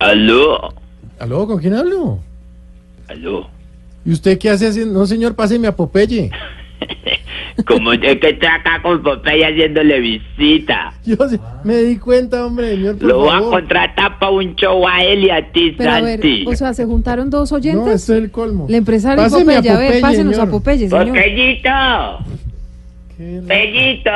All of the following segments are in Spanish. Aló, ¿Aló? ¿Con quién hablo? aló. ¿Y usted qué hace haciendo? No, señor, páseme a Popeye. Como es que está acá con Popeye haciéndole visita. Yo se- me di cuenta, hombre, señor, por Lo voy a favor. contratar para un show a él y a ti, Pero a ver, Santi. o sea, se juntaron dos No, oyentes. este es el colmo. El empresario y Páseme Popeye, a ver, pásenos señor. a Popeye, señor. Popeyito, Qué la- Popeyito.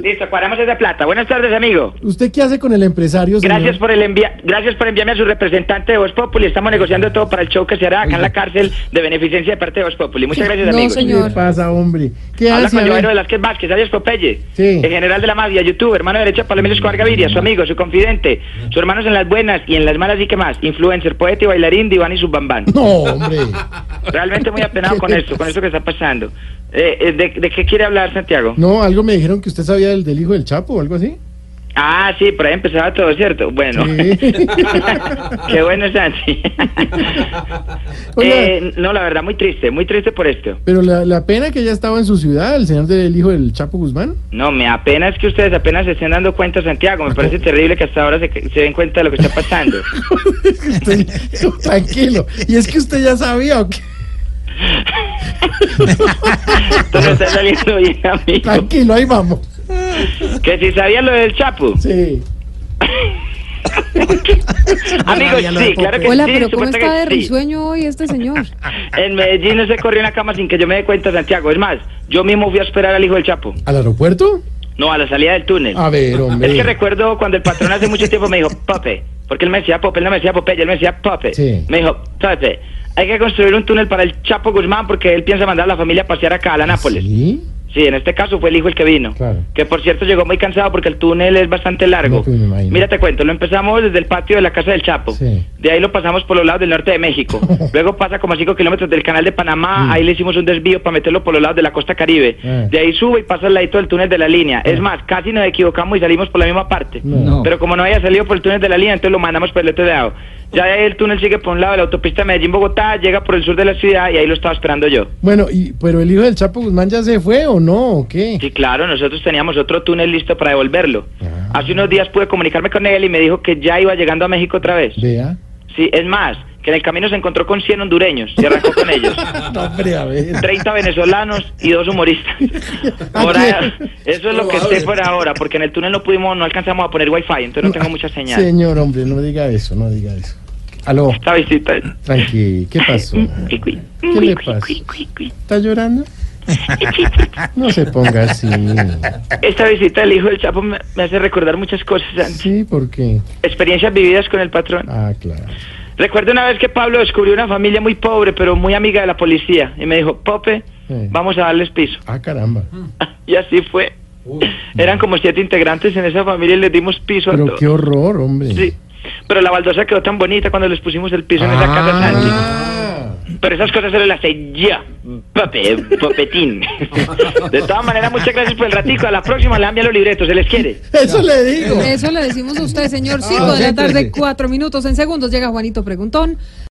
Listo, cuadramos esa plata. Buenas tardes, amigo. ¿Usted qué hace con el empresario, señor? Gracias por el envía, gracias por enviarme a su representante de Voz Populi. Estamos negociando todo para el show que se hará acá en la cárcel de beneficencia de parte de Voz Populi. Muchas gracias, No, amigo. ¿Qué señor. le pasa, hombre? ¿Qué Habla hace? con A Joaquín ver, Velázquez Vázquez, alias Popeye, Sí. el general de la mafia, youtuber, hermano de derecha, Palomino Escobar Gaviria, su amigo, su confidente, su hermano en las buenas y en las malas y qué más, influencer, poeta y bailarín, diván y subbambán. No, hombre. Realmente muy apenado con esto, con esto que está pasando. Eh, eh, de, de qué quiere hablar Santiago? No, algo me dijeron que usted sabía del, del hijo del Chapo o algo así. Ah, sí, por ahí empezaba todo, ¿cierto? Bueno, Sí. qué bueno, Santi. Oiga, Eh, no, la verdad, muy triste, muy triste por esto. Pero la, la pena que ya estaba en su ciudad, el señor del hijo del Chapo Guzmán. No, me apenas que ustedes apenas se estén dando cuenta, Santiago. Me parece terrible que hasta ahora se, se den cuenta de lo que está pasando. Usted- tranquilo. ¿Y es que usted ya sabía o qué? Esto no está saliendo bien, amigo. Tranquilo, ahí vamos. Que si sabía lo del Chapo. Sí. Amigo, sabía lo de sí, claro que Hola, sí. pero ¿cómo supuesto está de que sí. risueño hoy este señor? En Medellín no se corrió una cama sin que yo me dé cuenta, Santiago. Es más, yo mismo fui a esperar al hijo del Chapo. ¿Al aeropuerto? No, a la salida del túnel. A ver, hombre. Es que recuerdo cuando el patrón hace mucho tiempo me dijo, Pope, porque él me decía Pope, él no me decía Pope, y él me decía Pope. Sí. Me dijo, Pope, hay que construir un túnel para el Chapo Guzmán porque él piensa mandar a la familia a pasear acá a la Nápoles. ¿Ah, ¿Sí? Sí, en este caso fue el hijo el que vino. Claro. Que por cierto llegó muy cansado porque el túnel es bastante largo. No, pues, me imagino. Mira, te cuento, lo empezamos desde el patio de la casa del Chapo. Sí. De ahí lo pasamos por los lados del norte de México. Luego pasa como a 5 kilómetros del canal de Panamá. Ahí le hicimos un desvío para meterlo por los lados de la costa caribe. Eh. De ahí sube y pasa al ladito del túnel de la línea. Es más, casi nos equivocamos y salimos por la misma parte. No. Pero como no había salido por el túnel de la línea, entonces lo mandamos por el otro lado. Ya de ahí el túnel sigue por un lado de la autopista Medellín-Bogotá, llega por el sur de la ciudad y ahí lo estaba esperando yo. Bueno, y, pero el hijo del Chapo Guzmán ya se fue o no, o qué? Sí, claro, nosotros teníamos otro túnel listo para devolverlo. Ah. Hace unos días pude comunicarme con él y me dijo que ya iba llegando a México otra vez. Vea. Sí, es más, que en el camino se encontró con 100 hondureños y arrancó con ellos. No, hombre, a ver. 30 venezolanos y dos humoristas. Por ahora- eso es lo que sé por ahora, porque en el túnel no pudimos, no alcanzamos a poner wifi, entonces no tengo mucha señal. Señor, hombre, no diga eso, no diga eso. Aló, Esta visita. es- tranqui, ¿qué pasó? Cui, cui, ¿Qué cui, le cui, pasa? cui, cui, cui. ¿Está llorando? No se ponga así. Esta visita del hijo del Chapo me, me hace recordar muchas cosas, Santi. Sí, ¿por qué? experiencias vividas con el patrón. Ah, claro. Recuerdo una vez que Pablo descubrió una familia muy pobre, pero muy amiga de la policía, y me dijo, Pope, Sí. vamos a darles piso. Ah, caramba. Y así fue. Eran como siete integrantes en esa familia y les dimos piso a Pero todos. qué horror, hombre. Sí. Pero la baldosa quedó tan bonita cuando les pusimos el piso en esa casa, Santi. Ah, Pero esas cosas se las hice yo, Pope, Popetín. De todas maneras, muchas gracias por el ratico. A la próxima le envía los libretos, se les quiere. eso le digo. Ah, Eso le decimos a usted, señor. Cinco de la tarde, cuatro minutos en segundos. Llega Juanito Preguntón.